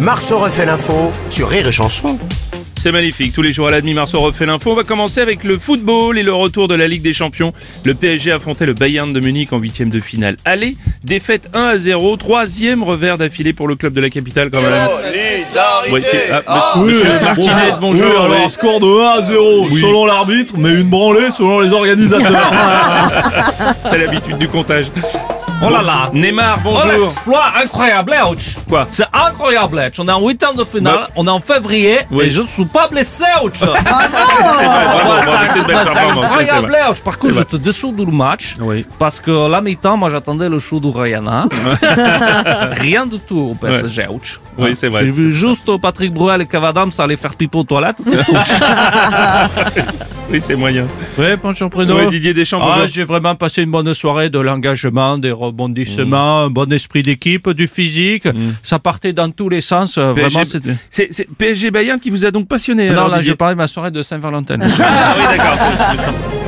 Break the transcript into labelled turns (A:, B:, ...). A: Marceau refait l'info sur Rire et Chanson.
B: C'est magnifique. Tous les jours à la demi-Marceau refait l'info. On va commencer avec le football et le retour de la Ligue des Champions. Le PSG affrontait le Bayern de Munich en huitième de finale. Allez, défaite 1 à 0. Troisième revers d'affilée pour le club de la capitale quand même. Ouais, t'es- ah, monsieur- monsieur Martinez, bonjour.
C: Oui, alors,
B: ouais.
C: score de 1 à 0
B: Oui.
C: selon l'arbitre, mais une branlée selon les organisateurs.
B: C'est l'habitude du comptage.
C: oh là là
B: Neymar,
C: un
B: bonjour.
C: exploit incroyable, hein, ouch
B: Quoi
C: C'est incroyable, ouch On est en huitième de finale,
B: Bah-
C: on est en février,
B: Oui.
C: et je ne suis pas blessé, ouch
B: C'est vrai, bravo,
C: Ouais,
B: bravo, c'est une belle
C: bah, c'est
B: performance, mais c'est
C: incroyable,
B: vrai.
C: ouch Par contre,
B: C'est
C: je te dessous du match,
B: Oui.
C: parce que la mi-temps, moi j'attendais le show de Rihanna. Rien du tout au PSG, ouch
B: Oui, c'est vrai.
C: J'ai vu juste Patrick Bruel et Cavadam, ça allait faire pipo aux toilettes, c'est tout.
B: Oui, c'est moyen.
C: Ouais, bonjour Bruno.
B: Ouais, Didier Deschamps,
C: Ah,
B: bonjour.
C: j'ai vraiment passé une bonne soirée, de l'engagement, des rebondissements, un bon esprit d'équipe, du physique. Ça partait dans tous les sens. euh,
B: PSG
C: Vraiment, c'était.
B: C'est c'est PSG Bayern qui vous a donc passionné.
C: Non,
B: alors,
C: là,
B: Didier.
C: j'ai parlé de ma soirée de Saint-Valentin.
B: Ah oui, d'accord.